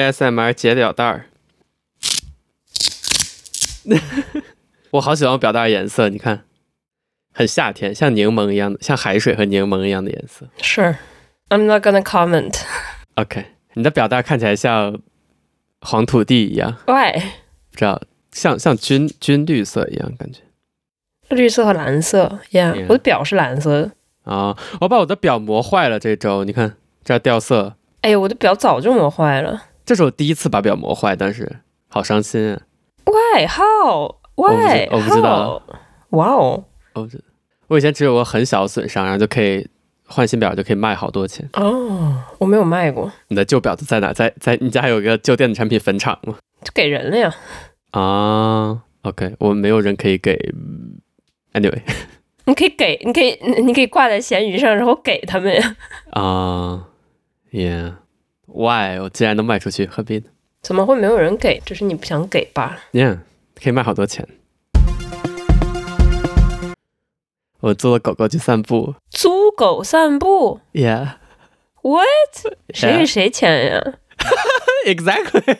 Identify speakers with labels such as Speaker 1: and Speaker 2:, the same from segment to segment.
Speaker 1: ASMR 解表带儿。 我好喜欢表带颜色，你看，很夏天，像柠檬一样的，像海水和柠檬一样的颜色。
Speaker 2: Sure. I'm not gonna comment.
Speaker 1: OK，你的表带看起来像黄土地一样，
Speaker 2: Why？
Speaker 1: 不知道，像像军军绿色一样感觉。
Speaker 2: 绿色和蓝色，Yeah，,
Speaker 1: Yeah
Speaker 2: 我的表是蓝色的。
Speaker 1: 啊、我把我的表磨坏了，这周你看这儿掉色了。
Speaker 2: 哎呀，我的表早就磨坏了。
Speaker 1: 这是我第一次把表磨坏，但是好伤心啊！
Speaker 2: Why? How? Why?
Speaker 1: 我不知我不知道
Speaker 2: How？哇哦，
Speaker 1: 我这我以前只有我很小的损伤，然后就可以换新表，就可以卖好多钱。
Speaker 2: 哦，我没有卖过，
Speaker 1: 你的旧表都在哪？在在你家还有一个旧电子产品坟场吗？
Speaker 2: 就给人了呀。
Speaker 1: 啊，OK，我们没有人可以给。嗯 Anyway，
Speaker 2: 你可以给，你可以，你你可以挂在闲鱼上，然后给他们呀。
Speaker 1: 啊、y e a h w h y 我既然能卖出去，何必呢
Speaker 2: 怎么会没有人给？只是你不想给罢了。
Speaker 1: ？Yeah，可以卖好多钱。我租了狗狗去散步
Speaker 2: 租狗散步
Speaker 1: ，Yeah，
Speaker 2: ，What？谁
Speaker 1: Yeah
Speaker 2: 给谁钱呀
Speaker 1: exactly，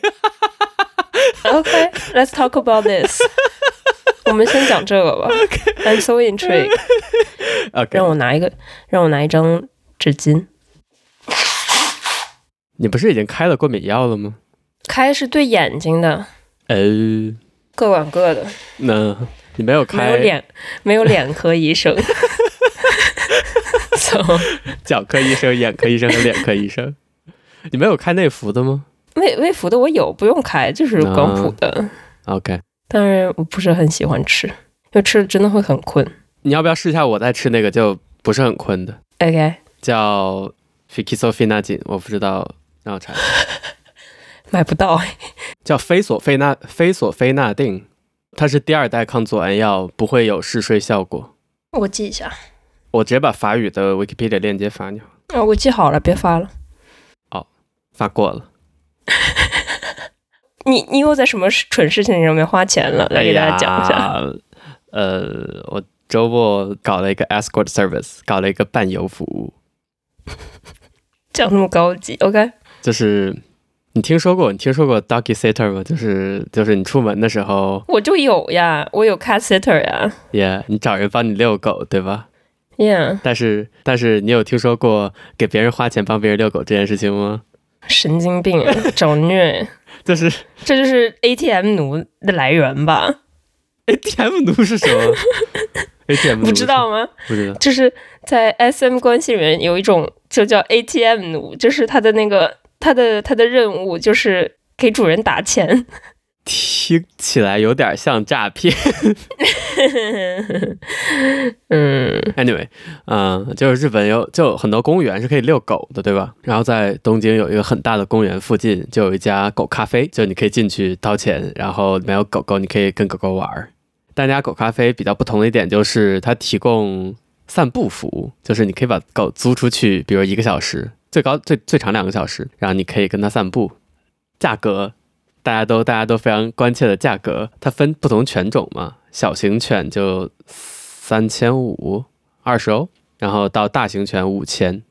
Speaker 2: ？OK，let's、talk about this 。 我们先讲这个吧。I'm so intrigued。
Speaker 1: OK，
Speaker 2: 让我拿一个，让我拿一张纸巾。
Speaker 1: 你不是已经开了过敏药了吗？
Speaker 2: 开是对眼睛的，
Speaker 1: 呃，
Speaker 2: 各管各的，
Speaker 1: 那你没有
Speaker 2: 没有
Speaker 1: 开
Speaker 2: 脸，没有脸科医生。so,
Speaker 1: 脚科医生、眼科医生和脸科医生，你没有开内服的吗
Speaker 2: 胃胃服的我有，不用开，就是广谱的，
Speaker 1: ？OK，
Speaker 2: 但是我不是很喜欢吃，因为吃了真的会很困。
Speaker 1: 你要不要试一下我在吃那个就不是很困的，
Speaker 2: OK，
Speaker 1: 叫 Fikisofenadin，我不知道，让我查一下，
Speaker 2: 买不到，
Speaker 1: 叫非索非那非索非那定，它是第二代抗组胺药，不会有嗜睡效果。
Speaker 2: 我记一下，
Speaker 1: 我直接把法语的 Wikipedia 链接发你，
Speaker 2: 啊、我记好了，别发了。
Speaker 1: 发过了。
Speaker 2: 你你又在什么蠢事情上面花钱了？来给大家讲一下。
Speaker 1: 哎呀呃，我周末搞了一个 escort service，搞了一个伴游服务，
Speaker 2: 讲那么高级，OK？
Speaker 1: 就是你听说过你听说过 doggy sitter 吗？就是就是你出门的时候，
Speaker 2: 我就有呀，我有 cat sitter 呀
Speaker 1: 也、你找人帮你遛狗，对吧？
Speaker 2: ，Yeah，
Speaker 1: 但是但是你有听说过给别人花钱帮别人遛狗这件事情吗？
Speaker 2: 神经病啊，找虐。
Speaker 1: 就是
Speaker 2: 这就是 ATM 奴的来源吧？
Speaker 1: ATM 哎奴是什么？ATM 奴
Speaker 2: 不
Speaker 1: 是
Speaker 2: 知道吗？
Speaker 1: 不知道
Speaker 2: 就是在 SM 关系里面有一种就叫 ATM 奴，就是他的那个他的他的任务就是给主人打钱。
Speaker 1: 听起来有点像诈骗。
Speaker 2: 嗯
Speaker 1: Anyway，嗯、就是日本有就有很多公园是可以遛狗的，对吧？然后在东京有一个很大的公园附近，就有一家狗咖啡，就你可以进去掏钱，然后里面有狗狗，你可以跟狗狗玩儿。但这家狗咖啡比较不同的一点就是它提供散步服务，就是你可以把狗租出去，比如一个小时，最高最最长两个小时，然后你可以跟它散步。价格大家都大家都非常关切的价格，它分不同犬种嘛，小型犬就三千五二十欧，然后到大型犬五千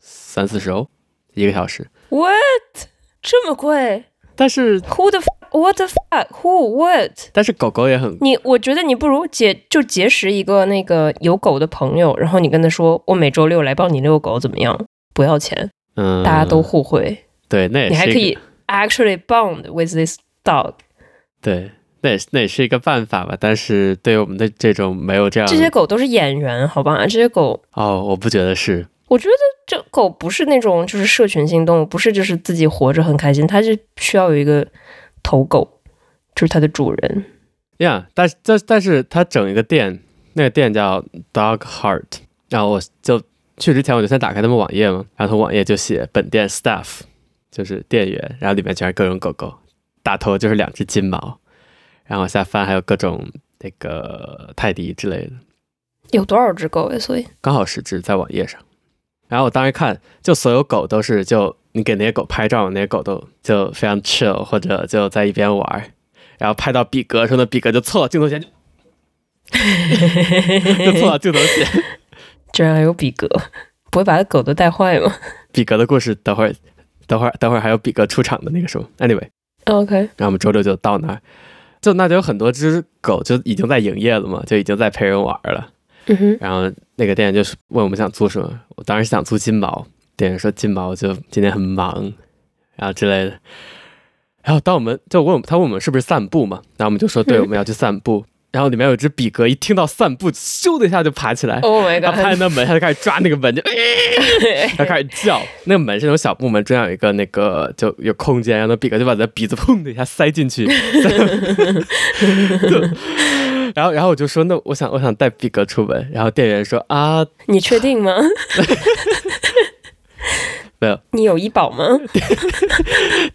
Speaker 1: 三四十欧一个小时。
Speaker 2: ，What 这么贵
Speaker 1: 但是
Speaker 2: ？Who the f- what the fuck who what？
Speaker 1: 但是狗狗也很
Speaker 2: 你我觉得你不如结就结识一个那个有狗的朋友，然后你跟他说我每周六来帮你遛狗怎么样？不要钱，
Speaker 1: 嗯，哎
Speaker 2: 大家都互惠。
Speaker 1: 对，那也是
Speaker 2: 你还
Speaker 1: 一
Speaker 2: 可
Speaker 1: 个
Speaker 2: 以 actually bond with this dog。
Speaker 1: 对，那也是那也是一个办法吧。但是对于我们的这种没有这样
Speaker 2: 这些狗都是演员，好吧？这些狗，
Speaker 1: 哦，我不觉得是
Speaker 2: 我觉得这狗不是那种就是社群性动物，不是就是自己活着很开心，它就需要有一个头狗，就是它的主人。
Speaker 1: 呀。但是但但是它整一个店，那个店叫 Dog Heart，然后我就去之前我就先打开他们网页嘛，然后他网页就写本店 staff，就是店员，然后里面全是各种狗狗，大头就是两只金毛，然后下翻还有各种那个泰迪之类的。
Speaker 2: 有多少只狗呀？所以
Speaker 1: 刚好十只在网页上。然后我当时看，就所有狗都是就你给那些狗拍照，那些狗都就非常 chill，或者就在一边玩儿，然后拍到比格的时候，那比格就凑到镜头前就 就凑到镜头前。
Speaker 2: 居然还有比格，不会把狗都带坏吗？
Speaker 1: 比格的故事等会儿等会儿等会儿还有比哥出场的那个时候，anyway，
Speaker 2: OK，
Speaker 1: 然后我们周六就到那儿，就那就有很多只狗就已经在营业了嘛，就已经在陪人玩了。
Speaker 2: 嗯哼，
Speaker 1: 然后那个店员就是问我们想租什么，我当时想租金毛，店员说金毛就今天很忙，然后之类的。然后当我们就问他问我们是不是散步嘛，然后我们就说对，
Speaker 2: 嗯
Speaker 1: 我们要去散步。然后里面有只比格，一听到散步，咻的一下就爬起来，
Speaker 2: Oh my
Speaker 1: 然后拍
Speaker 2: god！
Speaker 1: 那门，他就开始抓那个门，就、他开始叫。那个门是那种小木门，中间有一个那个就有空间，然后那比格就把他的鼻子砰的一下塞进去。 就然后，然后我就说，那我想，我想带比格出门。然后店员说啊，
Speaker 2: 你确定吗？
Speaker 1: 没有。
Speaker 2: 你有医保吗？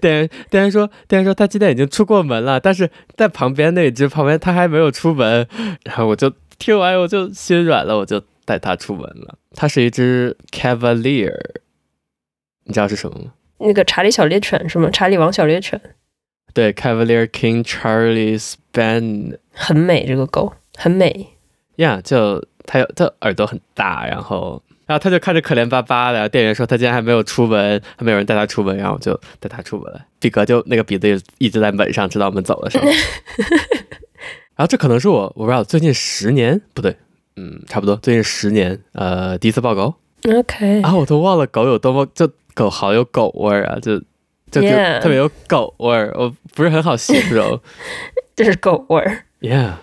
Speaker 1: 店员，店员说，店员说他今天已经出过门了，但是在旁边那只旁边他还没有出门。然后我就听完我就心软了，我就带他出门了。它是一只 Cavalier，你知道是什么吗？
Speaker 2: 那个查理小猎犬是吗？查理王小猎犬
Speaker 1: 对，Cavalier King Charlie Span，
Speaker 2: 很美，这个狗很美。
Speaker 1: 呀、yeah,，就它有它耳朵很大，然后然后它就看着可怜巴巴的，然后店员说它今天还没有出门，还没有人带它出门，然后我就带它出门了。比格就那个鼻子一直在门上，直到我们走的时候。然后这可能是我我不知道最近十年不对，嗯，差不多最近十年呃第一次抱狗
Speaker 2: OK，、
Speaker 1: 啊，我都忘了狗有多么就狗好有狗味儿啊，就就就
Speaker 2: Yeah
Speaker 1: 特别有狗味儿，我不是很好形容
Speaker 2: 这是狗味儿。
Speaker 1: ，Yeah。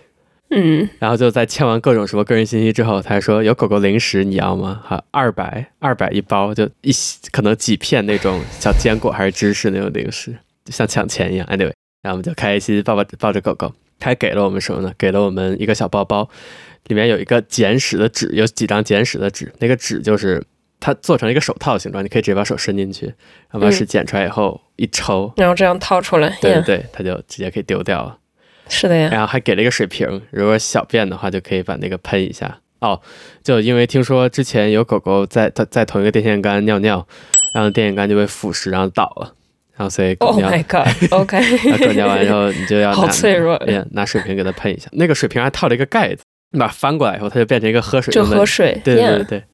Speaker 2: 嗯，
Speaker 1: 然后就在签完各种什么个人信息之后，他说有狗狗零食你要吗？哈，二百二百一包，就一可能几片那种小坚果还是芝士那种零食，就像抢钱一样。Anyway，然后我们就开心抱抱抱着狗狗，他还给了我们什么呢？给了我们一个小包包，里面有一个捡屎的纸，有几张捡屎的纸，那个纸就是它做成一个手套形状，你可以直接把手伸进去，然后把
Speaker 2: 嗯
Speaker 1: 屎捡出来以后一抽，
Speaker 2: 然后这样掏出来，
Speaker 1: 对对
Speaker 2: yeah,
Speaker 1: 对，它就直接可以丢掉了。
Speaker 2: 是 的呀。
Speaker 1: 然后还给了一个水瓶，如果小便的话就可以把那个喷一下。哦，就因为听说之前有狗狗在在在同一个电线杆尿尿，然后电线杆就被腐蚀，然后倒了，然后所以狗
Speaker 2: Oh
Speaker 1: 尿，
Speaker 2: my god！OK，、
Speaker 1: 然后狗尿 完之后你就要拿
Speaker 2: 好脆弱
Speaker 1: 哎呀拿水瓶给它喷一下。那个水瓶还套了一个盖子，你把它翻过来以后，它就变成一个喝水
Speaker 2: 就
Speaker 1: 用的
Speaker 2: 喝水。
Speaker 1: 对对对
Speaker 2: yeah,
Speaker 1: 对，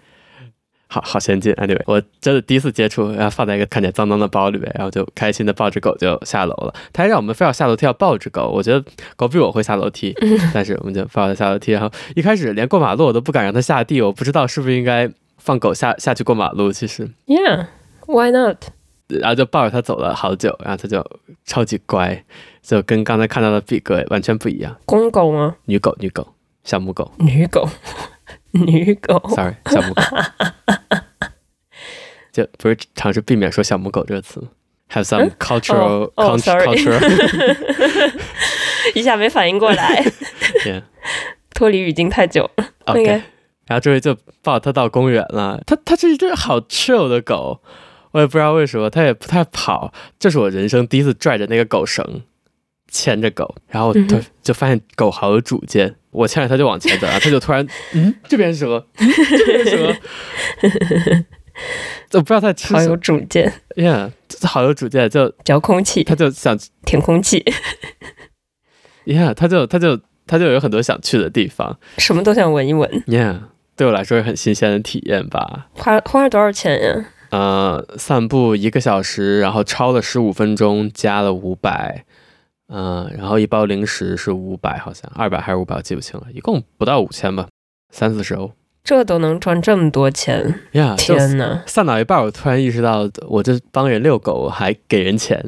Speaker 1: 好好先进。Anyway，我真的第一次接触，然后放在一个看起来脏脏的包里面，然后就开心的抱着狗就下楼了。他还让我们非要下楼梯要抱着狗，我觉得狗比我会下楼梯，但是我们就抱着下楼梯。然后一开始连过马路我都不敢让它下地，我不知道是不是应该放狗下下去过马路，其实，
Speaker 2: yeah，Why not？
Speaker 1: 然后就抱着它走了好久，然后它就超级乖，就跟刚才看到的比格完全不一样，
Speaker 2: 公狗吗？
Speaker 1: 女狗女狗小母狗
Speaker 2: 女狗， 女狗。
Speaker 1: ，sorry 小母狗。就不是尝试避免说“小母狗”这个词吗？Have some cultural
Speaker 2: 哦
Speaker 1: con-
Speaker 2: 哦 sorry
Speaker 1: cultural，
Speaker 2: 一下没反应过来，
Speaker 1: yeah
Speaker 2: 脱离语境太久了。
Speaker 1: OK。
Speaker 2: OK
Speaker 1: 然后这回就抱它到公园了。它它是一只好 chill 的狗，我也不知道为什么，它也不太跑。这是我人生第一次拽着那个狗绳，牵着狗，然后
Speaker 2: 嗯
Speaker 1: 就
Speaker 2: 哼
Speaker 1: 就发现狗好有主见。我牵着它就往前走，然后它就突然，嗯，这边是什么？嗯、这边是什么？ 我不知道它吃
Speaker 2: 好
Speaker 1: 什
Speaker 2: 有
Speaker 1: 么
Speaker 2: 主见，
Speaker 1: ，yeah，好有主见，就
Speaker 2: 嚼空气，
Speaker 1: 它就想
Speaker 2: 舔空气，
Speaker 1: Yeah，他就他就他就有很多想去的地方。
Speaker 2: 什么都想闻一闻。
Speaker 1: Yeah，对我来说是很新鲜的体验吧。
Speaker 2: 花花了多少钱呀？
Speaker 1: 呃，散步一个小时，然后超了十五分钟，加了五百。嗯，然后一包零食是五百，好像二百还是五百，我记不清了，一共不到五千吧，三四十欧。
Speaker 2: 这都能赚这么多钱，
Speaker 1: Yeah，就啊
Speaker 2: 天哪
Speaker 1: 散到一半，我突然意识到，我这帮人遛狗还给人钱，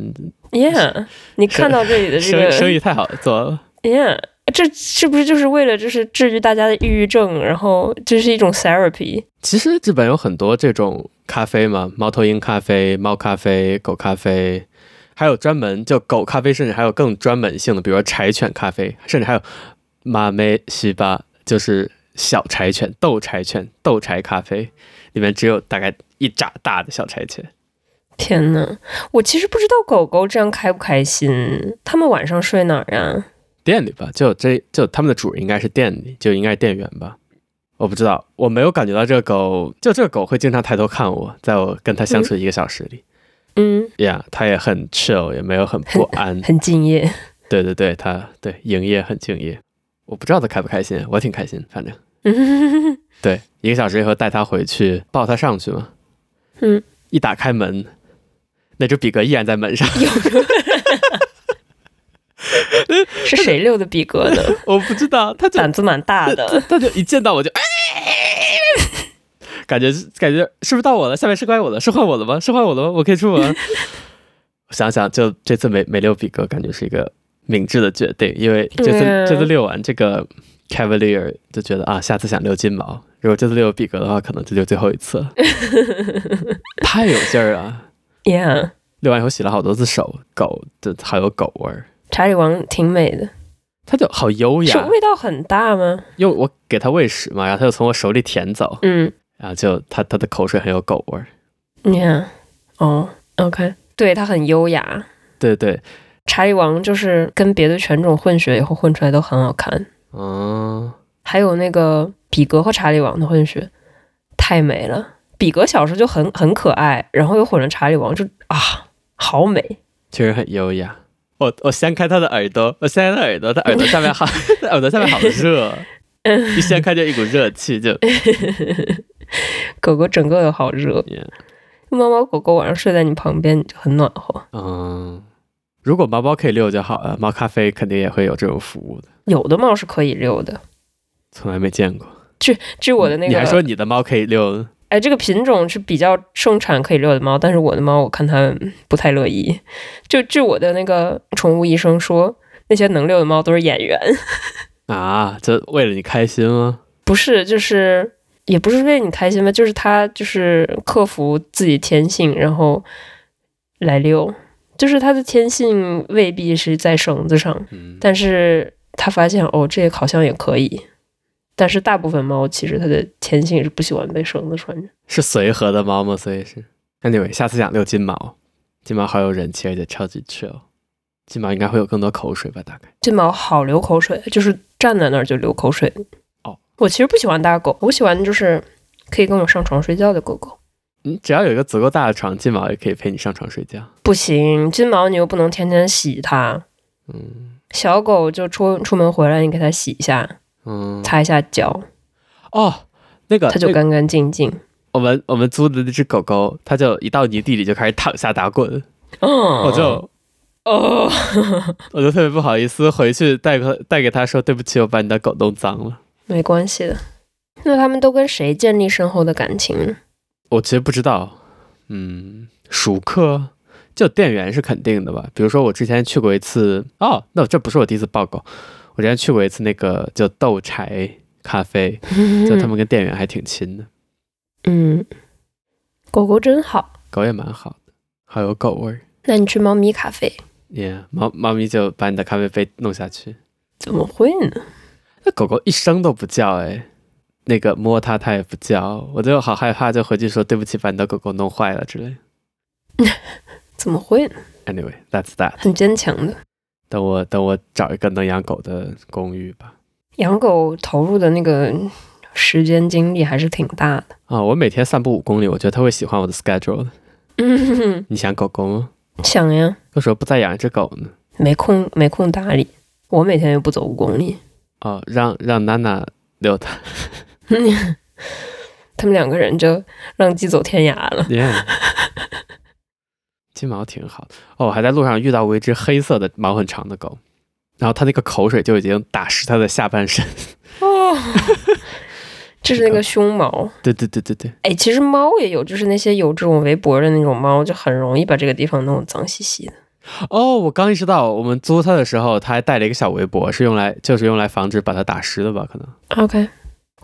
Speaker 2: ！Yeah，你看到这里的这
Speaker 1: 生
Speaker 2: 个
Speaker 1: 生意太好做了。
Speaker 2: ，Yeah，这哎是不是就是为了就是治愈大家的抑郁症，然后这是一种 therapy？
Speaker 1: 其实日本有很多这种咖啡嘛，猫头鹰咖啡、猫咖啡、狗咖啡，还有专门就狗咖啡，甚至还有更专门性的，比如说柴犬咖啡，甚至还有马梅西巴，就是小柴犬、斗柴犬、斗柴咖啡，里面只有大概一扎大的小柴犬。
Speaker 2: 天哪，我其实不知道狗狗这样开不开心，它们晚上睡哪儿啊？
Speaker 1: 店里吧，就这就他们的主人应该是店里，就应该是店员吧。我不知道，我没有感觉到这个狗，就这个狗会经常抬头看我，在我跟它相处的一个小时里。
Speaker 2: 嗯，。
Speaker 1: 呀，他也很 chill，也没有很不安
Speaker 2: 很敬业。
Speaker 1: 对对对，他对营业很敬业。我不知道他开不开心，我挺开心，反正
Speaker 2: 嗯
Speaker 1: 对。一个小时以后带他回去，抱他上去嘛。
Speaker 2: 嗯，
Speaker 1: 一打开门，那只比格依然在门上。
Speaker 2: 是谁遛的比格呢？
Speaker 1: 我不知道，他就
Speaker 2: 胆子蛮大的，
Speaker 1: 他就一见到我就哎，感觉感觉是不是到我了？下面是该我了，是换我了吗？是换我了吗？我可以出 门。我想想，就这次没没遛比格，感觉是一个明智的决定，因为这次、
Speaker 2: 对
Speaker 1: 这次遛完这个 Cavalier 就觉得啊，下次想遛金毛，如果这次遛比格的话，可能这就是最后一次 了，太有劲儿了。
Speaker 2: ，Yeah，
Speaker 1: 遛完以后洗了好多次手，狗的好有狗味儿，
Speaker 2: 查理王挺美的，
Speaker 1: 它就好优
Speaker 2: 是
Speaker 1: 雅。
Speaker 2: 味道很大吗？
Speaker 1: 因为我给它喂食嘛，然后它就从我手里舔走，
Speaker 2: 嗯
Speaker 1: 然后就它它的口水很有狗味儿。
Speaker 2: ，Yeah，哦、o k 对，它很优雅。
Speaker 1: 对对，
Speaker 2: 查理王就是跟别的犬种混血以后混出来都很好看，
Speaker 1: 嗯，
Speaker 2: 还有那个比格和查理王的混血，太美了。比格小时候就很很可爱，然后又混了查理王，就啊，好美。
Speaker 1: 确实很优雅。我我掀开它的耳朵，我掀开它的耳朵，它耳朵下面 好，它耳朵下面好热，一掀开就一股热气， 就
Speaker 2: 狗狗整个都好热
Speaker 1: Yeah
Speaker 2: 猫猫狗狗晚上睡在你旁边就很暖和。
Speaker 1: 嗯。如果猫猫可以遛就好了，猫咖啡肯定也会有这种服务的，
Speaker 2: 有的猫是可以遛的，
Speaker 1: 从来没见过。
Speaker 2: 据我的那个，
Speaker 1: 你还说你的猫可以遛，
Speaker 2: 哎，这个品种是比较盛产可以遛的猫，但是我的猫我看它不太乐意。就据我的那个宠物医生说，那些能遛的猫都是演员，
Speaker 1: 啊，这为了你开心吗？
Speaker 2: 不是就是也不是为你开心吧，就是它就是克服自己天性，然后来遛，就是它的天性未必是在绳子上，
Speaker 1: 嗯，
Speaker 2: 但是它发现哦，这个好像也可以。但是大部分猫其实它的天性是不喜欢被绳子拴着。
Speaker 1: 是随和的猫吗？所以是。Anyway，下次想遛金毛，金毛好有人气，而且超级 chill。金毛应该会有更多口水吧？大概。
Speaker 2: 金毛好流口水，就是站在那儿就流口水。
Speaker 1: 哦，
Speaker 2: 我其实不喜欢大狗，我喜欢就是可以跟我上床睡觉的狗狗。
Speaker 1: 你只要有一个足够大的床，金毛也可以陪你上床睡觉。
Speaker 2: 不行，金毛你又不能天天洗它，
Speaker 1: 嗯
Speaker 2: 小狗就出出门回来你给它洗一下，
Speaker 1: 嗯。
Speaker 2: 擦一下脚，
Speaker 1: 哦，那个，
Speaker 2: 它就
Speaker 1: 那个
Speaker 2: 干干净净。
Speaker 1: 我们我们租的那只狗狗，它就一到泥地里就开始躺下打滚，
Speaker 2: 嗯，
Speaker 1: 我哦就
Speaker 2: 哦，
Speaker 1: 我就特别不好意思回去带个带给它说对不起，我把你的狗弄脏了。
Speaker 2: 没关系的。那他们都跟谁建立深厚的感情呢？
Speaker 1: 我其实不知道，嗯，熟客就店员是肯定的吧？比如说我之前去过一次，哦，那这不是我第一次报告，我之前去过一次那个叫豆柴咖啡， 就他们跟店员还挺亲的，
Speaker 2: 嗯，狗狗真好。
Speaker 1: 狗也蛮好的，好有狗味儿。
Speaker 2: 那你去猫咪咖啡？
Speaker 1: 耶、猫猫咪就把你的咖啡杯弄下去，
Speaker 2: 怎么会呢？
Speaker 1: 那狗狗一声都不叫哎，那个摸它它也不叫，我就好害怕，就回去说对不起，把你的狗狗弄坏了之类。
Speaker 2: 怎么会呢？
Speaker 1: Anyway，that's that。
Speaker 2: 很坚强的。
Speaker 1: 等我等我找一个能养狗的公寓吧。
Speaker 2: 养狗投入的那个时间精力还是挺大的。
Speaker 1: 啊、我每天散步五公里，我觉得它会喜欢我的 schedule 的。
Speaker 2: 嗯，
Speaker 1: 你想狗狗吗？
Speaker 2: 想呀，
Speaker 1: 为什么不再养一只狗呢？
Speaker 2: 没空没空搭理。我每天又不走五公里，
Speaker 1: 哦，让让娜娜遛它。
Speaker 2: 他们两个人就让鸡走天涯了。
Speaker 1: Yeah，金毛挺好的。哦，我还在路上遇到过一只黑色的毛很长的狗，然后它那个口水就已经打湿它的下半身。
Speaker 2: 哦，这是那个胸毛。
Speaker 1: 对对对对对，
Speaker 2: 哎，其实猫也有，就是那些有这种围脖的那种猫，就很容易把这个地方弄得脏兮兮的。
Speaker 1: 哦，我刚意识到，我们租它的时候，它还带了一个小围脖，是用来就是用来防止把它打湿的吧？可能
Speaker 2: OK，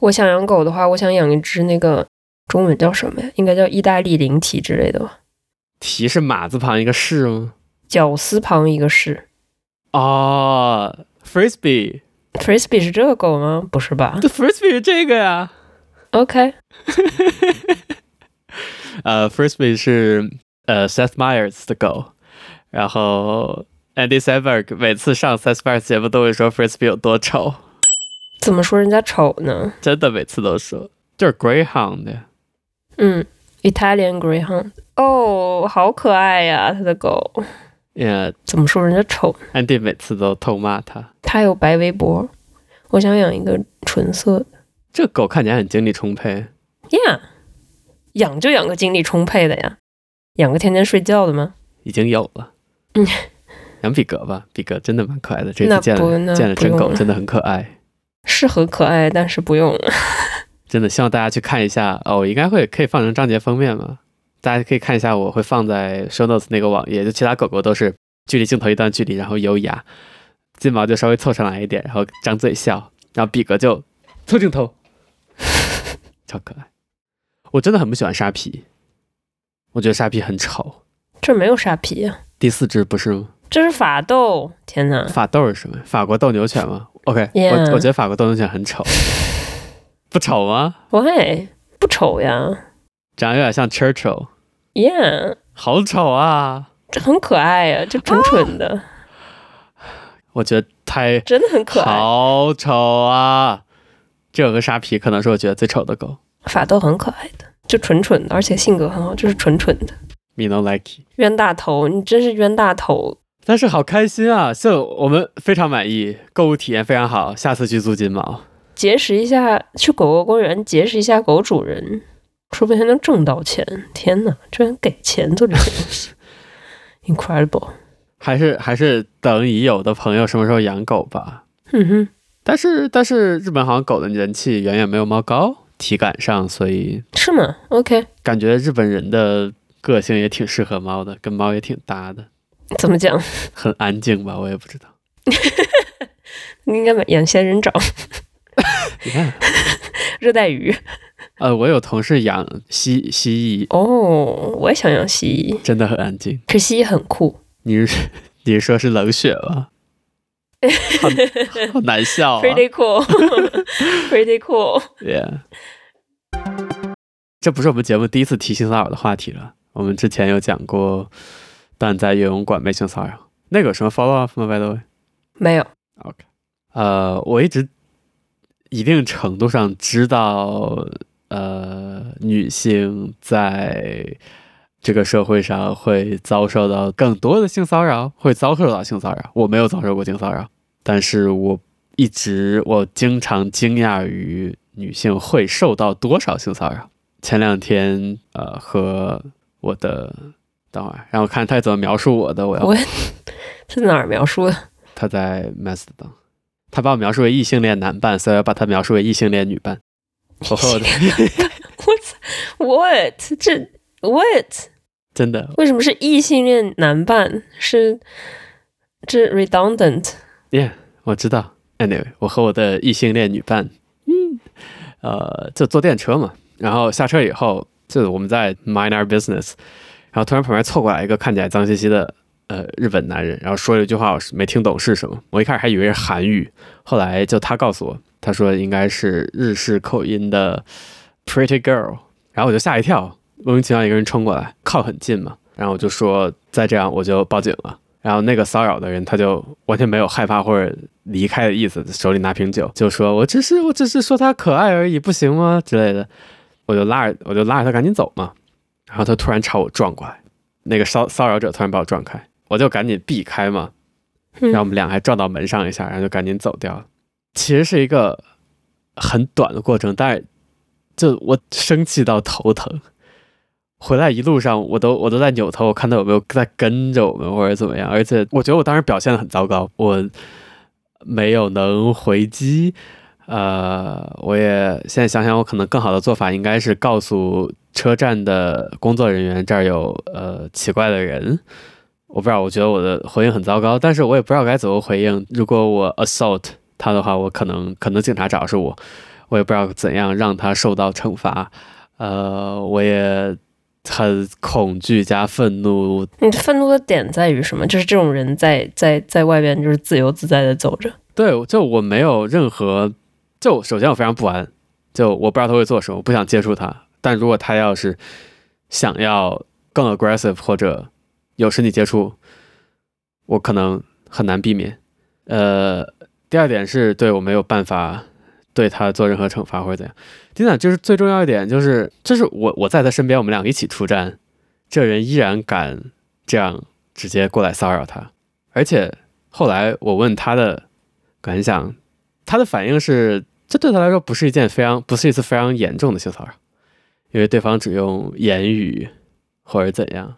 Speaker 2: 我想养狗的话，我想养一只那个中文叫什么呀？应该叫意大利灵缇之类的吧，
Speaker 1: 蹄是马字旁一个是吗？
Speaker 2: 绞丝旁一个是。
Speaker 1: 哦，frisbee，
Speaker 2: Frisbee 是这个狗吗？不是吧
Speaker 1: 这 frisbee 是这个呀。
Speaker 2: ？OK，
Speaker 1: 呃，Frisbee 是呃 Seth Meyers 的狗，然后 Andy Samberg 每次上 Seth Meyers 节目都会说 Frisbee 有多丑，
Speaker 2: 怎么说人家丑呢？
Speaker 1: 真的每次都说，就是 Greyhound 的呀。
Speaker 2: 嗯，Italian Greyhound，哦，好可爱呀、它的狗。
Speaker 1: 呃
Speaker 2: 怎么说人家丑？
Speaker 1: ，Andy 每次都痛骂它。
Speaker 2: 它有白围脖，我想养一个纯色的。
Speaker 1: 这狗看起来很精力充沛，
Speaker 2: Yeah，养就养个精力充沛的呀，养个天天睡觉的吗？
Speaker 1: 已经有了。
Speaker 2: 嗯，
Speaker 1: 养比格吧，比格真的蛮可爱的。这次
Speaker 2: 那
Speaker 1: 见
Speaker 2: 不
Speaker 1: 了
Speaker 2: 那
Speaker 1: 见了
Speaker 2: 不
Speaker 1: 真
Speaker 2: 用
Speaker 1: 狗，
Speaker 2: 了
Speaker 1: 真的很可爱。
Speaker 2: 是很可爱，但是不用了。
Speaker 1: 真的希望大家去看一下哦，我应该会可以放成章节封面嘛？大家可以看一下，我会放在 show notes 那个网页。就其他狗狗都是距离镜头一段距离，然后优雅，金毛就稍微凑上来一点，然后张嘴笑，然后比格就凑镜头， 超可爱。我真的很不喜欢沙皮，我觉得沙皮很吵。
Speaker 2: 这没有啥皮、啊，
Speaker 1: 第四只不是吗？
Speaker 2: 这是法斗。天哪，
Speaker 1: 法斗是什么？法国斗牛犬吗？OK，、
Speaker 2: Yeah
Speaker 1: 我我觉得法国斗牛犬很丑，不丑吗？
Speaker 2: 喂，不丑呀
Speaker 1: 长得有点像 Churchill，
Speaker 2: ，Yeah，
Speaker 1: 好丑啊！
Speaker 2: 这很可爱呀、这蠢蠢的，
Speaker 1: 我觉得太
Speaker 2: 真的很可爱。
Speaker 1: 好丑啊！这个沙皮可能是我觉得最丑的狗。
Speaker 2: 法斗很可爱的，就蠢蠢的，而且性格很好，就是蠢蠢的。
Speaker 1: Mino Lucky，
Speaker 2: 冤大头，你真是冤大头！
Speaker 1: 但是好开心啊！就我们非常满意，购物体验非常好，下次去租金毛。
Speaker 2: 结识一下，去狗狗公园结识一下狗主人，说不定还能挣到钱。天哪，居然给钱做这些东 西，incredible！
Speaker 1: 还是还是等已有的朋友什么时候养狗吧。
Speaker 2: 嗯哼，
Speaker 1: 但是但是日本好像狗的人气远远没有猫高，体感上，所以
Speaker 2: 是吗？OK，
Speaker 1: 感觉日本人的个性也挺适合猫的，跟猫也挺搭的，
Speaker 2: 怎么讲？
Speaker 1: 很安静吧，我也不知道。
Speaker 2: 应该买养仙人掌、
Speaker 1: 你看，
Speaker 2: 热带鱼。
Speaker 1: 呃，我有同事养蜥蜥蜴，
Speaker 2: 哦，我也想养蜥蜴，
Speaker 1: 真的很安静。
Speaker 2: 可是蜥蜴很酷，
Speaker 1: 你是你是说是冷血吗？好好难笑啊
Speaker 2: pretty cool，pretty cool。
Speaker 1: ！Yeah，这不是我们节目第一次提性骚扰的话题了。我们之前有讲过，但在游泳馆被性骚扰，那个有什么 follow up 吗？By the way，
Speaker 2: 没有，
Speaker 1: 呃，我一直一定程度上知道，呃，女性在这个社会上会遭受到更多的性骚扰，会遭受到性骚扰。我没有遭受过性骚扰，但是我一直我经常惊讶于女性会受到多少性骚扰。前两天，呃，和我的等会儿让我看他怎么描述我的，我要
Speaker 2: 我是哪儿描述的？
Speaker 1: 他在 Mastodon，他把我描述为异性恋男伴，所以我要把他描述为异性恋女伴。我和我的
Speaker 2: 我操，what 这 what
Speaker 1: 真的
Speaker 2: 为什么是异性恋男伴？是这 redundant？
Speaker 1: ，yeah，我知道。Anyway，我和我的异性恋女伴，嗯，呃，就坐电车嘛，然后下车以后，就我们在 mind our business，然后突然旁边凑过来一个看起来脏兮兮的呃日本男人，然后说了一句话，我是没听懂是什么，我一开始还以为是韩语，后来就他告诉我，他说应该是日式口音的 Pretty Girl，然后我就吓一跳，莫名其妙一个人冲过来，靠很近嘛，然后我就说再这样我就报警了。然后那个骚扰的人他就完全没有害怕或者离开的意思，手里拿瓶酒就说：“我只是我只是说他可爱而已，不行吗？”之类的，我就拉着我就拉着他赶紧走嘛。然后他突然朝我撞过来，那个骚骚扰者突然把我撞开，我就赶紧避开嘛，
Speaker 2: 嗯
Speaker 1: 然后我们俩还撞到门上一下，然后就赶紧走掉了。其实是一个很短的过程，但是就我生气到头疼。回来一路上，我都我都在扭头，我看他有没有在跟着我们或者怎么样。而且我觉得我当时表现的很糟糕，我没有能回击。呃，我也现在想想，我可能更好的做法应该是告诉车站的工作人员这儿有呃奇怪的人。我不知道，我觉得我的回应很糟糕，但是我也不知道该怎么回应。如果我 assault 他的话，我可能可能警察找是我，我也不知道怎样让他受到惩罚。呃，我也很恐惧加愤怒，
Speaker 2: 你的愤怒的点在于什么？就是这种人在在在外边就是自由自在的走着，
Speaker 1: 对，就我没有任何，就首先我非常不安，就我不知道他会做什么，我不想接触他。但如果他要是想要更 aggressive 或者有身体接触，我可能很难避免。呃，第二点是对我没有办法对他做任何惩罚或者怎样。第三点就是最重要一点就是，就是我我在他身边，我们两个一起出战，这人依然敢这样直接过来骚扰他，而且后来我问他的感想，他的反应是，这对他来说不是一件非常，不是一次非常严重的性骚扰，因为对方只用言语或者怎样，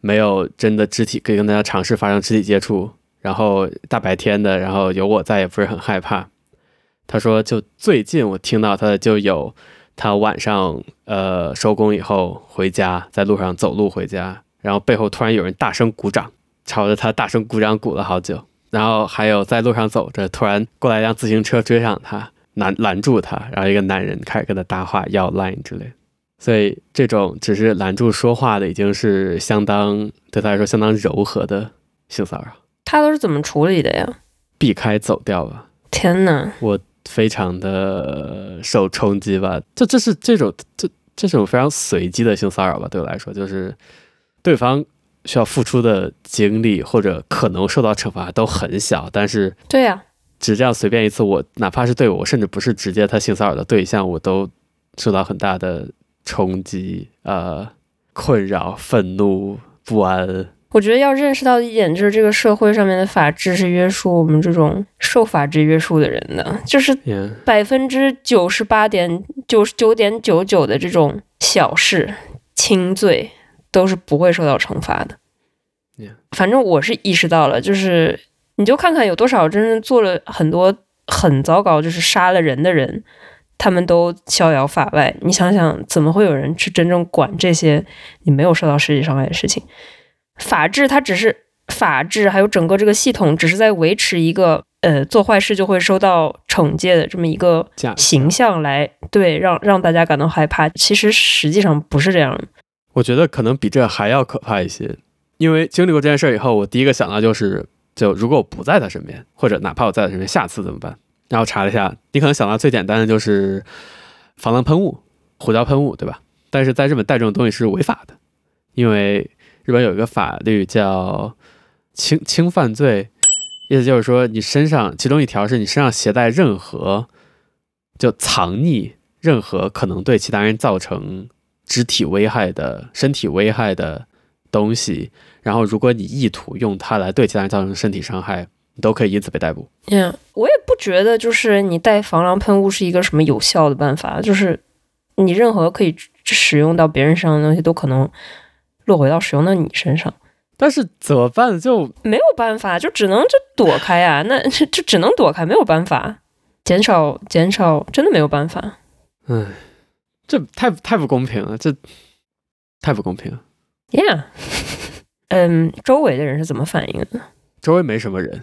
Speaker 1: 没有真的肢体可以跟大家尝试发生肢体接触，然后大白天的，然后有我在也不是很害怕。他说，就最近我听到他的就有，他晚上呃收工以后回家，在路上走路回家，然后背后突然有人大声鼓掌，朝着他大声鼓掌鼓了好久。然后还有在路上走着，突然过来一辆自行车追上他，拦拦住他，然后一个男人开始跟他搭话要 line 之类的。所以这种只是拦住说话的，已经是相当对他来说相当柔和的性骚扰，
Speaker 2: 他都是怎么处理的呀？
Speaker 1: 避开走掉吧，
Speaker 2: 天哪，
Speaker 1: 非常的受冲击吧。就这是这种这这种非常随机的性骚扰吧，对我来说就是对方需要付出的精力或者可能受到惩罚都很小，但是
Speaker 2: 对呀、
Speaker 1: 只这样随便一次，我哪怕是对我，甚至不是直接他性骚扰的对象，我都受到很大的冲击、呃困扰、愤怒、不安。
Speaker 2: 我觉得要认识到一点，就是这个社会上面的法制是约束我们这种受法制约束的人的，就是
Speaker 1: 嗯，
Speaker 2: 百分之九十八点九十九点九九的这种小事、轻罪都是不会受到惩罚的
Speaker 1: Yeah.。
Speaker 2: 反正我是意识到了，就是你就看看有多少真正做了很多很糟糕，就是杀了人的人，他们都逍遥法外。你想想，怎么会有人去真正管这些你没有受到实际伤害的事情？法治它只是法治，还有整个这个系统只是在维持一个呃做坏事就会受到惩戒的这么一个
Speaker 1: 价值
Speaker 2: 形象来对让让大家感到害怕。其实实际上不是这样的，
Speaker 1: 我觉得可能比这还要可怕一些，因为经历过这件事以后，我第一个想到就是，就如果我不在他身边，或者哪怕我在他身边，下次怎么办？然后查了一下，你可能想到最简单的就是防狼喷雾、胡椒喷雾，对吧？但是在日本带这种东西是违法的，因为日本有一个法律叫轻轻犯罪，意思就是说你身上其中一条是你身上携带任何就藏匿任何可能对其他人造成肢体危害的、身体危害的东西，然后如果你意图用它来对其他人造成身体伤害，你都可以因此被逮捕。
Speaker 2: 嗯，我也不觉得就是你带防狼喷雾是一个什么有效的办法，就是你任何可以使用到别人身上的东西都可能落回到使用到你身上，
Speaker 1: 但是怎么办？就
Speaker 2: 没有办法，就只能就躲开啊，那 就就只能躲开，没有办法，减少减少，真的没有办法。
Speaker 1: 唉，这太太不公平了，这太不公平了。
Speaker 2: Yeah，嗯，周围的人是怎么反应的？
Speaker 1: 周围没什么人，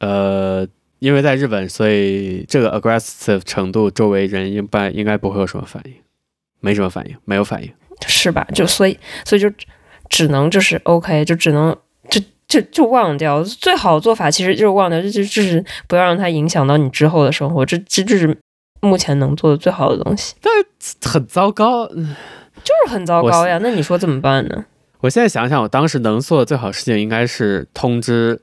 Speaker 1: 呃，因为在日本，所以这个 aggressive 程度，周围人一般应该不会有什么反应，没什么反应，没有反应。
Speaker 2: 是吧？就所以所以就只能就是 OK，就只能就就就忘掉。最好的做法其实就是忘掉，就就就是不要让它影响到你之后的生活。这这这是目前能做的最好的东西，
Speaker 1: 很糟糕，
Speaker 2: 就是很糟
Speaker 1: 我
Speaker 2: 糕呀。那你说怎么办呢？
Speaker 1: 我现在想想，我当时能做的最好事情应该是通知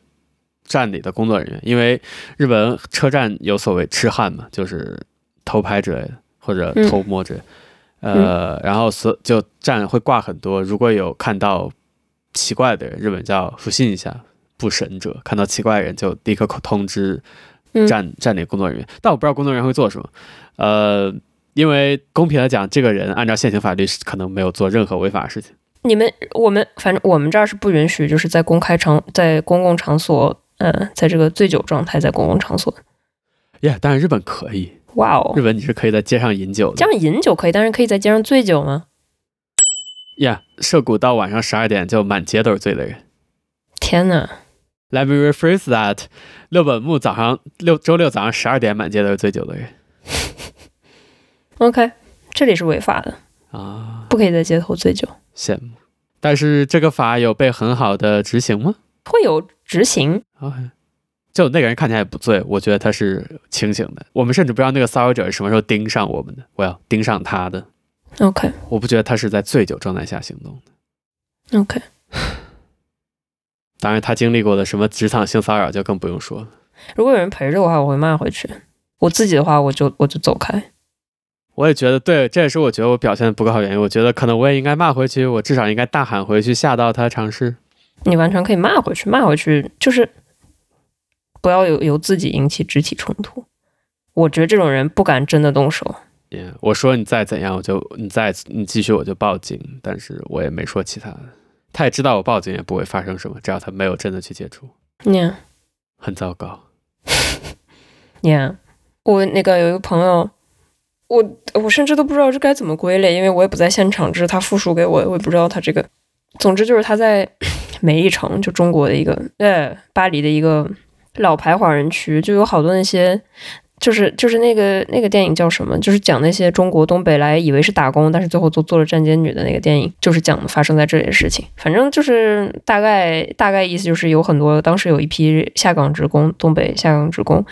Speaker 1: 站里的工作人员，因为日本车站有所谓痴汉嘛，就是偷拍之类的或者偷摸之类的呃，然后所就站会挂很多，如果有看到奇怪的人，日本叫复信一下，不审者，看到奇怪的人就立刻通知
Speaker 2: 嗯
Speaker 1: 站站里工作人员，但我不知道工作人员会做什么，呃。因为公平的讲，这个人按照现行法律是可能没有做任何违法的事情。
Speaker 2: 你们我们反正我们这儿是不允许，就是在公开场在公共场所，呃，在这个醉酒状态在公共场所。
Speaker 1: 耶、但是日本可以，
Speaker 2: 哇哦
Speaker 1: 日，本你是可以在街上饮酒
Speaker 2: 这
Speaker 1: 的。
Speaker 2: 样饮酒可以，但是可以在街上醉酒吗？
Speaker 1: 呀涉谷到晚上十二点就满街都是醉的人。
Speaker 2: 天哪！
Speaker 1: Let me rephrase that，六本木早上六周六早上十二点满街都是醉酒的人
Speaker 2: OK，这里是违法的，
Speaker 1: 啊，
Speaker 2: 不可以在街头醉酒。
Speaker 1: 羡慕。但是这个法有被很好的执行吗？
Speaker 2: 会有执行，
Speaker 1: 啊，就那个人看起来不醉，我觉得他是清醒的。我们甚至不知道那个骚扰者是什么时候盯上我们的，我要盯上他的。
Speaker 2: OK
Speaker 1: 我不觉得他是在醉酒状态下行动的。
Speaker 2: OK，
Speaker 1: 当然，他经历过的什么职场性骚扰就更不用说了。
Speaker 2: 如果有人陪着我的话，我会骂回去；我自己的话，我就我就走开。
Speaker 1: 我也觉得，对，这也是我觉得我表现的不够好的原因。我觉得可能我也应该骂回去，我至少应该大喊回去，吓到他尝试。
Speaker 2: 你完全可以骂回去，骂回去就是不要由由自己引起肢体冲突。我觉得这种人不敢真的动手。
Speaker 1: Yeah，我说你再怎样，我就你再你继续我就报警，但是我也没说其他的。他也知道我报警也不会发生什么，只要他没有真的去接触，
Speaker 2: ，yeah
Speaker 1: 很糟糕。
Speaker 2: yeah，我那个有一个朋友，我我甚至都不知道这该怎么归类，因为我也不在现场，这是他复述给我，我也不知道他这个。总之就是他在美丽城，就中国的一个呃巴黎的一个老牌华人区，就有好多那些。就是就是那个那个电影叫什么？就是讲那些中国东北来以为是打工，但是最后都做了站街女的那个电影，就是讲发生在这里的事情。反正就是大概大概意思就是有很多当时有一批下岗职工，东北下岗职工，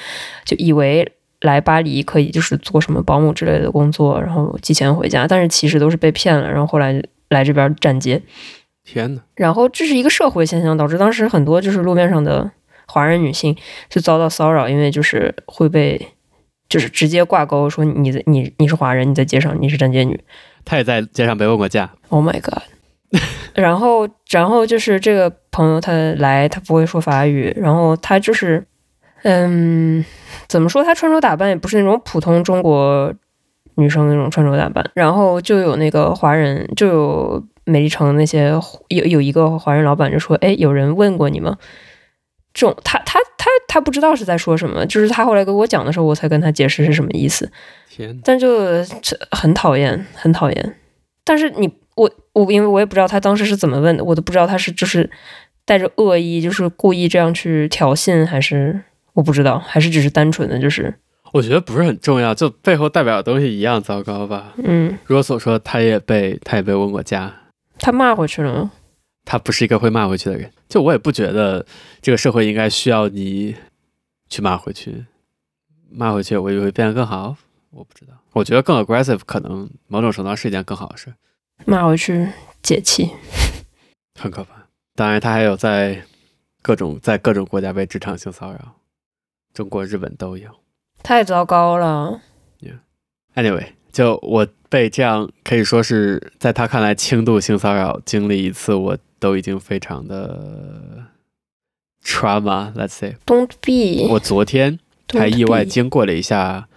Speaker 2: 就以为来巴黎可以就是做什么保姆之类的工作，然后寄钱回家，但是其实都是被骗了，然后后来来这边站街。
Speaker 1: 天哪，
Speaker 2: 然后这是一个社会现象，导致当时很多就是路面上的华人女性就遭到骚扰，因为就是会被就是直接挂钩说你的你你是华人，你在街上你是站街女
Speaker 1: 他也在街上被问过价，
Speaker 2: ，Oh my god！然后然后就是这个朋友他来，他不会说法语，然后他就是嗯，怎么说？她穿着打扮也不是那种普通中国女生那种穿着打扮，然后就有那个华人，就有美丽城那些有有一个华人老板就说：“哎，有人问过你吗？”这种他他他他不知道是在说什么，就是他后来跟我讲的时候，我才跟他解释是什么意思。
Speaker 1: 天哪，
Speaker 2: 但就这很讨厌，很讨厌。但是你我我，因为我也不知道他当时是怎么问的，我都不知道他是就是带着恶意，就是故意这样去挑衅，还是我不知道，还是只是单纯的就是
Speaker 1: 我觉得不是很重要，就背后代表的东西一样糟糕吧。
Speaker 2: 嗯，
Speaker 1: 如果所说他也被他也被问过价，
Speaker 2: 他骂回去了吗？
Speaker 1: 他不是一个会骂回去的人。就我也不觉得这个社会应该需要你去骂回去，骂回去我以为会变得更好。我不知道，我觉得更 aggressive 可能某种程度上是一件更好的事，
Speaker 2: 骂回去解气。
Speaker 1: 很可怕。当然，他还有在各种在各种国家被职场性骚扰，中国、日本都有。
Speaker 2: 太糟糕了，
Speaker 1: Anyway，就我被这样可以说是在他看来轻度性骚扰经历一次，我都已经非常的 trauma。Let's say，
Speaker 2: Don't be，
Speaker 1: 我昨天
Speaker 2: don't
Speaker 1: 还意外
Speaker 2: be
Speaker 1: 经过了一下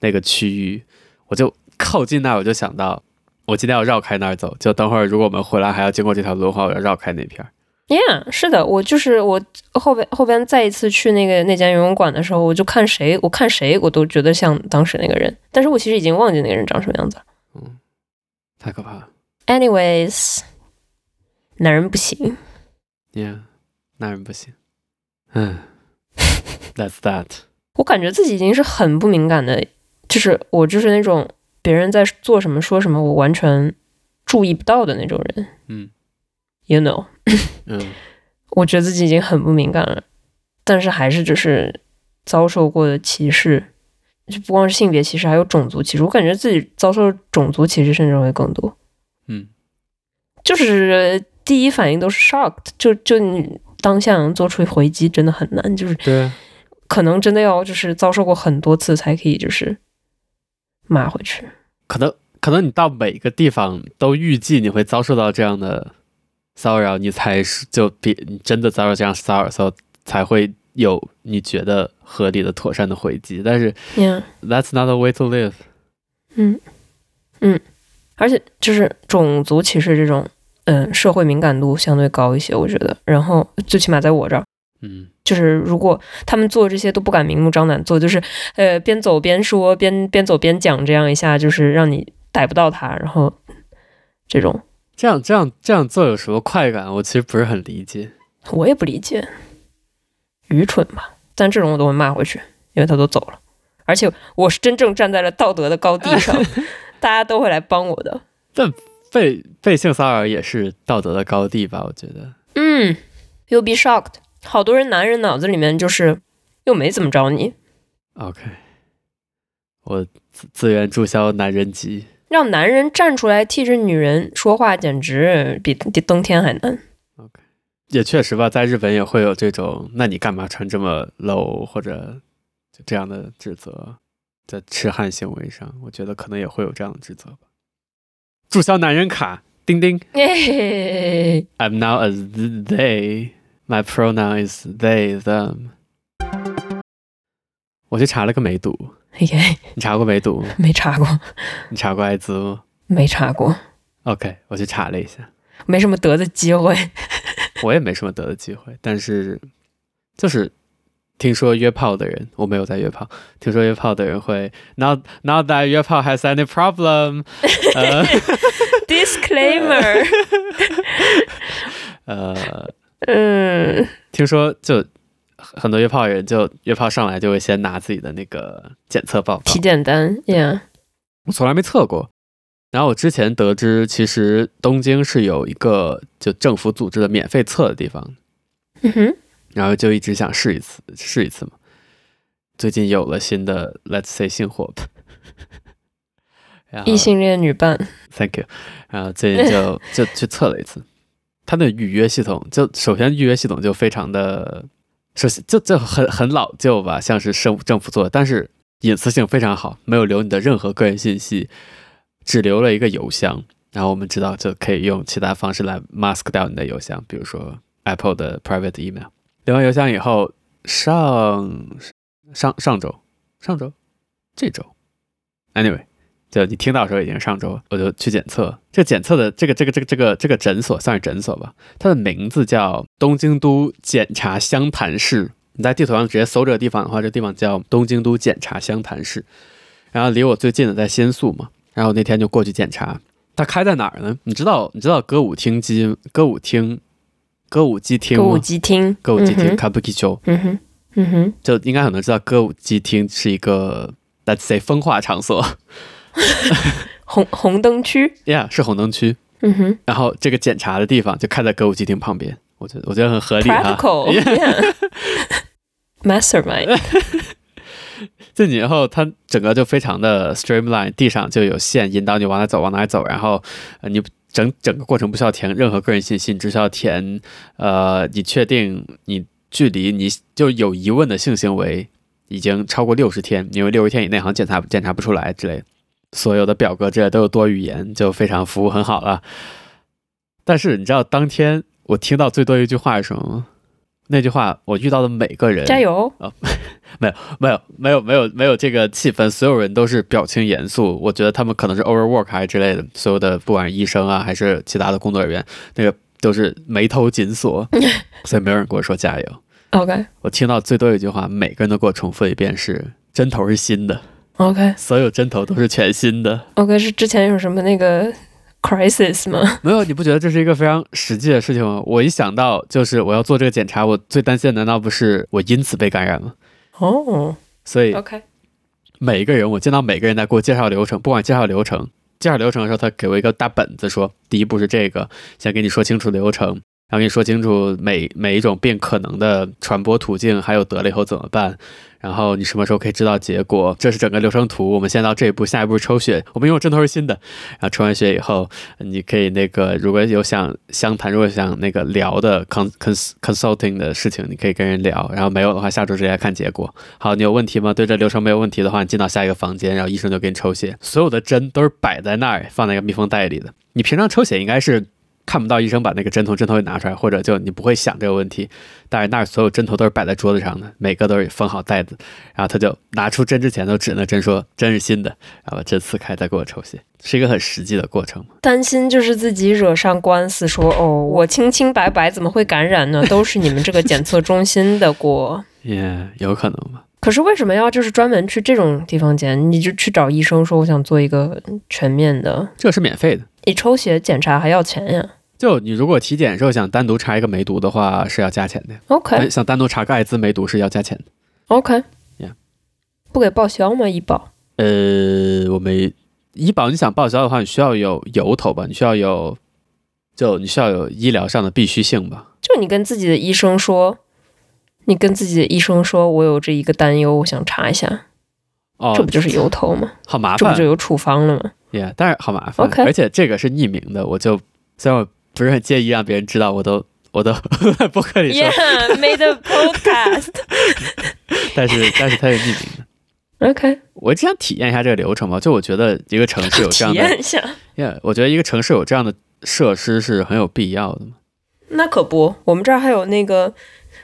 Speaker 1: 那个区域，我就靠近那儿，我就想到我今天要绕开那儿走，就等会儿如果我们回来还要经过这条路的话，我要绕开那片儿。
Speaker 2: Yeah，是的，我就是我后边后边再一次去那个那间游泳馆的时候，我就看谁，我看谁，我都觉得像当时那个人，但是我其实已经忘记那个人长什么样子了。
Speaker 1: 嗯，太可怕了。
Speaker 2: Anyways，男人不行，
Speaker 1: Yeah，那人不行。 嗯，That's that。
Speaker 2: 我感觉自己已经是很不敏感的，就是我就是那种别人在做什么说什么，我完全注意不到的那种人。
Speaker 1: 嗯
Speaker 2: You know，
Speaker 1: 嗯。
Speaker 2: 我觉得自己已经很不敏感了，但是还是就是遭受过的歧视，就不光是性别歧视，还有种族歧视。我感觉自己遭受种族歧视甚至会更多。
Speaker 1: 嗯，
Speaker 2: 就是第一反应都是 shocked，就就你当下能做出回击真的很难，就是
Speaker 1: 对啊。
Speaker 2: 可能真的要就是遭受过很多次才可以就是骂回去。
Speaker 1: 可能可能你到每个地方都预计你会遭受到这样的骚扰，你才是就比你真的遭受这样骚扰的时候才会有你觉得合理的、妥善的回击。但是
Speaker 2: Yeah，
Speaker 1: that's not a way to live。
Speaker 2: 嗯嗯，而且就是种族歧视这种，嗯，社会敏感度相对高一些，我觉得。然后最起码在我这儿。
Speaker 1: 嗯，
Speaker 2: 就是如果他们做这些都不敢明目张胆做，就是呃边走边说，边边走边讲，这样一下就是让你逮不到他，然后这种
Speaker 1: 这样这样这样做有什么快感？我其实不是很理解。
Speaker 2: 我也不理解，愚蠢吧？但这种我都会骂回去，因为他都走了，而且我是真正站在了道德的高地 上，大家都会来帮我的。
Speaker 1: 被被性骚扰也是道德的高地吧？我觉得。
Speaker 2: 嗯，You'll be shocked，好多人男人脑子里面就是又没怎么着你，
Speaker 1: OK，我自自愿注销男人级。
Speaker 2: 让男人站出来替着女人说话，简直比比登天还 难。
Speaker 1: 也确实吧，在日本也会有这种，那你干嘛穿这么 low 或者就这样的指责，在痴汉行为上，我觉得可能也会有这样的指责吧。注销男人卡，钉钉
Speaker 2: 耶！
Speaker 1: ，I'm now a they, my pronoun is they them。我去查了个梅毒，
Speaker 2: 耶，
Speaker 1: 你查过梅毒吗？
Speaker 2: 没查过，
Speaker 1: 你查过艾滋吗
Speaker 2: 没查过。
Speaker 1: ？OK，我去查了一下，
Speaker 2: 没什么得的机会。
Speaker 1: 我也没什么得的机会，但是就是听说约炮的人，我没有在约炮，听说约炮的人会 not not that 约炮 has any problem，呃
Speaker 2: Disclaimer，
Speaker 1: 呃，
Speaker 2: 嗯，
Speaker 1: 听说就很多约炮人就约炮上来就会先拿自己的那个检测报告
Speaker 2: 体，检单，Yeah，
Speaker 1: 我从来没测过。然后我之前得知，其实东京是有一个就政府组织的免费测的地方，
Speaker 2: 嗯哼，
Speaker 1: 然后就一直想试一次，试一次嘛。最近有了新的 Let's say 性火，然后
Speaker 2: 异性恋女伴，
Speaker 1: Thank you，然后最近 就就去测了一次，它的预约系统就首先预约系统就非常的，首先就就很很老旧吧，像是政政府做的，但是隐私性非常好，没有留你的任何个人信息，只留了一个邮箱，然后我们知道就可以用其他方式来 mask 掉你的邮箱，比如说 Apple 的 private email。留完邮箱以后，上上上周上周这周，anyway。就你听到的时候已经是上周了，我就去检测。这检测的这个这个这个这个这个诊所算是诊所吧，它的名字叫东京都检察湘潭市。你在地图上直接搜这个地方的话，这地方叫东京都检察湘潭市。然后离我最近的在新宿嘛，然后那天就过去检查。它开在哪儿呢？你知道你知道歌舞厅机歌舞厅歌舞伎厅
Speaker 2: 歌舞
Speaker 1: 吗？
Speaker 2: 伎厅，
Speaker 1: 歌舞伎厅
Speaker 2: 嗯哼
Speaker 1: Kabuki 町。
Speaker 2: 嗯哼，嗯哼，
Speaker 1: 就应该很多人知道歌舞伎町是一个 let's say 风化场所
Speaker 2: 红红灯区，
Speaker 1: ，yeah 是红灯区。
Speaker 2: 嗯哼
Speaker 1: 然后这个检查的地方就开在歌舞伎町旁边，我觉得我觉得很合理哈。
Speaker 2: ，Practical，Yeah，Mastermind，
Speaker 1: 进去以后，它整个就非常的 streamline，地上就有线引导你往哪走往哪走，然后、呃、你整整个过程不需要填任何个人信息，你只需要填呃你确定你距离你就有疑问的性行为已经超过六十天，因为六十天以内好像检查检查不出来之类的。所有的表格之类都有多语言，就非常服务很好了。但是你知道当天我听到最多一句话是什么吗？那句话我遇到的每个人
Speaker 2: 加油，
Speaker 1: 没有，没有，没有，没有这个气氛，所有人都是表情严肃。我觉得他们可能是 overwork 还是之类的，所有的不管是医生啊，还是其他的工作人员，那个都是眉头紧锁，所以没有人跟我说加油。
Speaker 2: ，OK，OK，
Speaker 1: 我听到最多一句话，每个人都给我重复一遍是：针头是新的，所有针头都是全新的。
Speaker 2: OK，是之前有什么那个 crisis 吗？
Speaker 1: 没有，你不觉得这是一个非常实际的事情吗？我一想到就是我要做这个检查，我最担心的难道不是我因此被感染吗？
Speaker 2: 哦
Speaker 1: 所以
Speaker 2: ，OK，
Speaker 1: 每一个人，我见到每个人在给我介绍流程，不管介绍流程，介绍流程的时候，他给我一个大本子说，第一步是这个，先给你说清楚流程，然后给你说清楚每每一种病可能的传播途径，还有得了以后怎么办，然后你什么时候可以知道结果，这是整个流程图。我们先到这一步，下一步是抽血，我们因为我针头是新的，然后抽完血以后，你可以那个如果有想相谈，如果想那个聊的 con cons consulting 的事情，你可以跟人聊，然后没有的话，下周直接来看结果。好，你有问题吗？对这流程没有问题的话，你进到下一个房间，然后医生就给你抽血。所有的针都是摆在那儿，放在一个密封袋里的。你平常抽血应该是看不到医生把那个针头针头给拿出来，或者就你不会想这个问题。但是那儿所有针头都是摆在桌子上的，每个都是封好袋子。然后他就拿出针之前都指那针说：“针是新的。”然后把针撕开再给我抽血，是一个很实际的过程。
Speaker 2: 担心就是自己惹上官司说，哦，我清清白白，怎么会感染呢？都是你们这个检测中心的锅。
Speaker 1: 也、有可能吧？
Speaker 2: 可是为什么要就是专门去这种地方检？你就去找医生说我想做一个全面的，
Speaker 1: 这是免费的。
Speaker 2: 你抽血检查还要钱呀
Speaker 1: 就你如果体检时候想单独查一个梅毒的话，是要加钱的；
Speaker 2: ？OK
Speaker 1: 想单独查个艾滋梅毒是要加钱的。
Speaker 2: OK，
Speaker 1: Yeah
Speaker 2: 不给报销吗？医保
Speaker 1: 呃，我们医保你想报销的话，你需要有由头吧？你需要有，就你需要有医疗上的必须性吧？
Speaker 2: 就你跟自己的医生说，你跟自己的医生说我有这一个担忧，我想查一下，
Speaker 1: 哦，
Speaker 2: 这不就是由头吗？
Speaker 1: 好麻
Speaker 2: 这不
Speaker 1: 烦
Speaker 2: 就有处方了吗？
Speaker 1: 也，但是好麻烦。
Speaker 2: OK
Speaker 1: 而且这个是匿名的，我就虽然我不是很介意让别人知道，我都我都 在博客里说
Speaker 2: Yeah, made a podcast.
Speaker 1: 但是但是它是匿名的。
Speaker 2: OK，
Speaker 1: 我只想体验一下这个流程吧，就我觉得一个城市有这
Speaker 2: 体
Speaker 1: 样的
Speaker 2: 验一下。
Speaker 1: ，yeah, 我觉得一个城市有这样的设施是很有必要的嘛。
Speaker 2: 那可不，我们这儿还有那个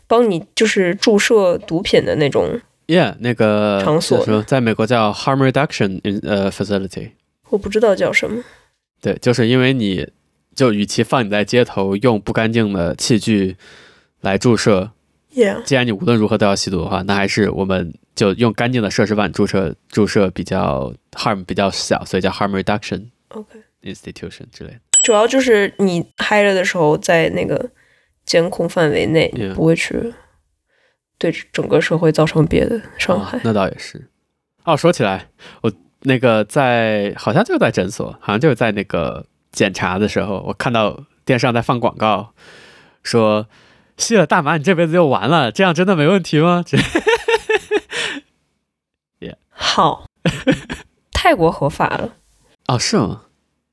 Speaker 2: 帮你就是注射毒品的那种，
Speaker 1: Yeah，那个
Speaker 2: 场所
Speaker 1: 就是说在美国叫 harm reduction in 呃 facility，
Speaker 2: 我不知道叫什么。
Speaker 1: 对，就是因为你就与其放你在街头用不干净的器具来注射，
Speaker 3: ，Yeah，
Speaker 1: 既然你无论如何都要吸毒的话，那还是我们就用干净的设施帮你注射注射比较 harm 比较小，所以叫 harm reduction
Speaker 3: OK
Speaker 1: institution 之类的。
Speaker 3: 主要就是你嗨了的时候，在那个监控范围内，
Speaker 1: Yeah
Speaker 3: 你不会去对整个社会造成别的伤害。
Speaker 1: 哦那倒也是。哦，说起来，我那个在好像就是在诊所，好像就是在那个检查的时候，我看到电视上在放广告，说吸了大麻你这辈子就完了，这样真的没问题吗？这
Speaker 3: 好，
Speaker 2: 泰国合法了
Speaker 1: 哦是吗？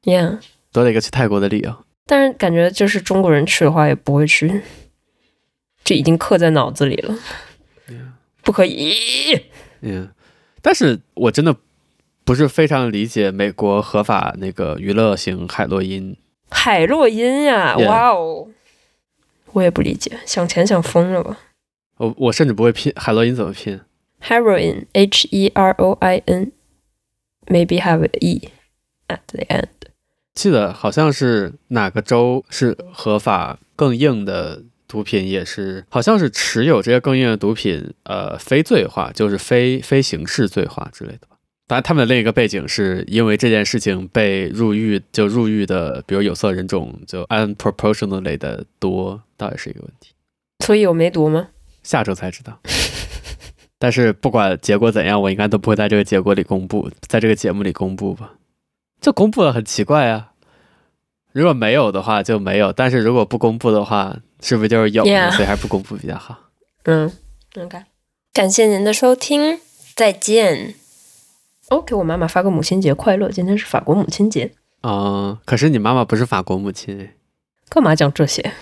Speaker 2: ，Yeah，
Speaker 1: 多了一个去泰国的理由。
Speaker 2: 但是感觉就是中国人去的话也不会去，就已经刻在脑子里了
Speaker 1: Yeah，
Speaker 2: 不可以。
Speaker 1: 嗯，但是我真的不是非常理解美国合法那个娱乐型海洛因。
Speaker 2: 海洛因呀、
Speaker 1: Yeah
Speaker 2: 哇哦！
Speaker 3: 我也不理解，想钱想疯了吧
Speaker 1: 我我甚至不会拼海洛因怎么拼，
Speaker 3: ？Heroin, H E R O I N, maybe have a E at the end.
Speaker 1: 记得好像是哪个州是合法更硬的毒品，也是好像是持有这些更硬的毒品，呃，非罪化，就是非非刑事罪化之类的吧。当然，他们的另一个背景是因为这件事情被入狱，就入狱的，比如有色人种就 unproportionally 的多，倒也是一个问题。
Speaker 3: 所以我没读吗？
Speaker 1: 下周才知道。但是不管结果怎样，我应该都不会在这个结果里公布，在这个节目里公布吧？就公布了很奇怪啊。如果没有的话就没有，但是如果不公布的话，是不是就是有呢
Speaker 3: Yeah
Speaker 1: 所以还是不公布比较好。
Speaker 3: 嗯，OK。感谢您的收听，再见。哦，给我妈妈发个母亲节快乐，今天是法国母亲节。
Speaker 1: 嗯、可是你妈妈不是法国母亲诶，
Speaker 3: 干嘛讲这些？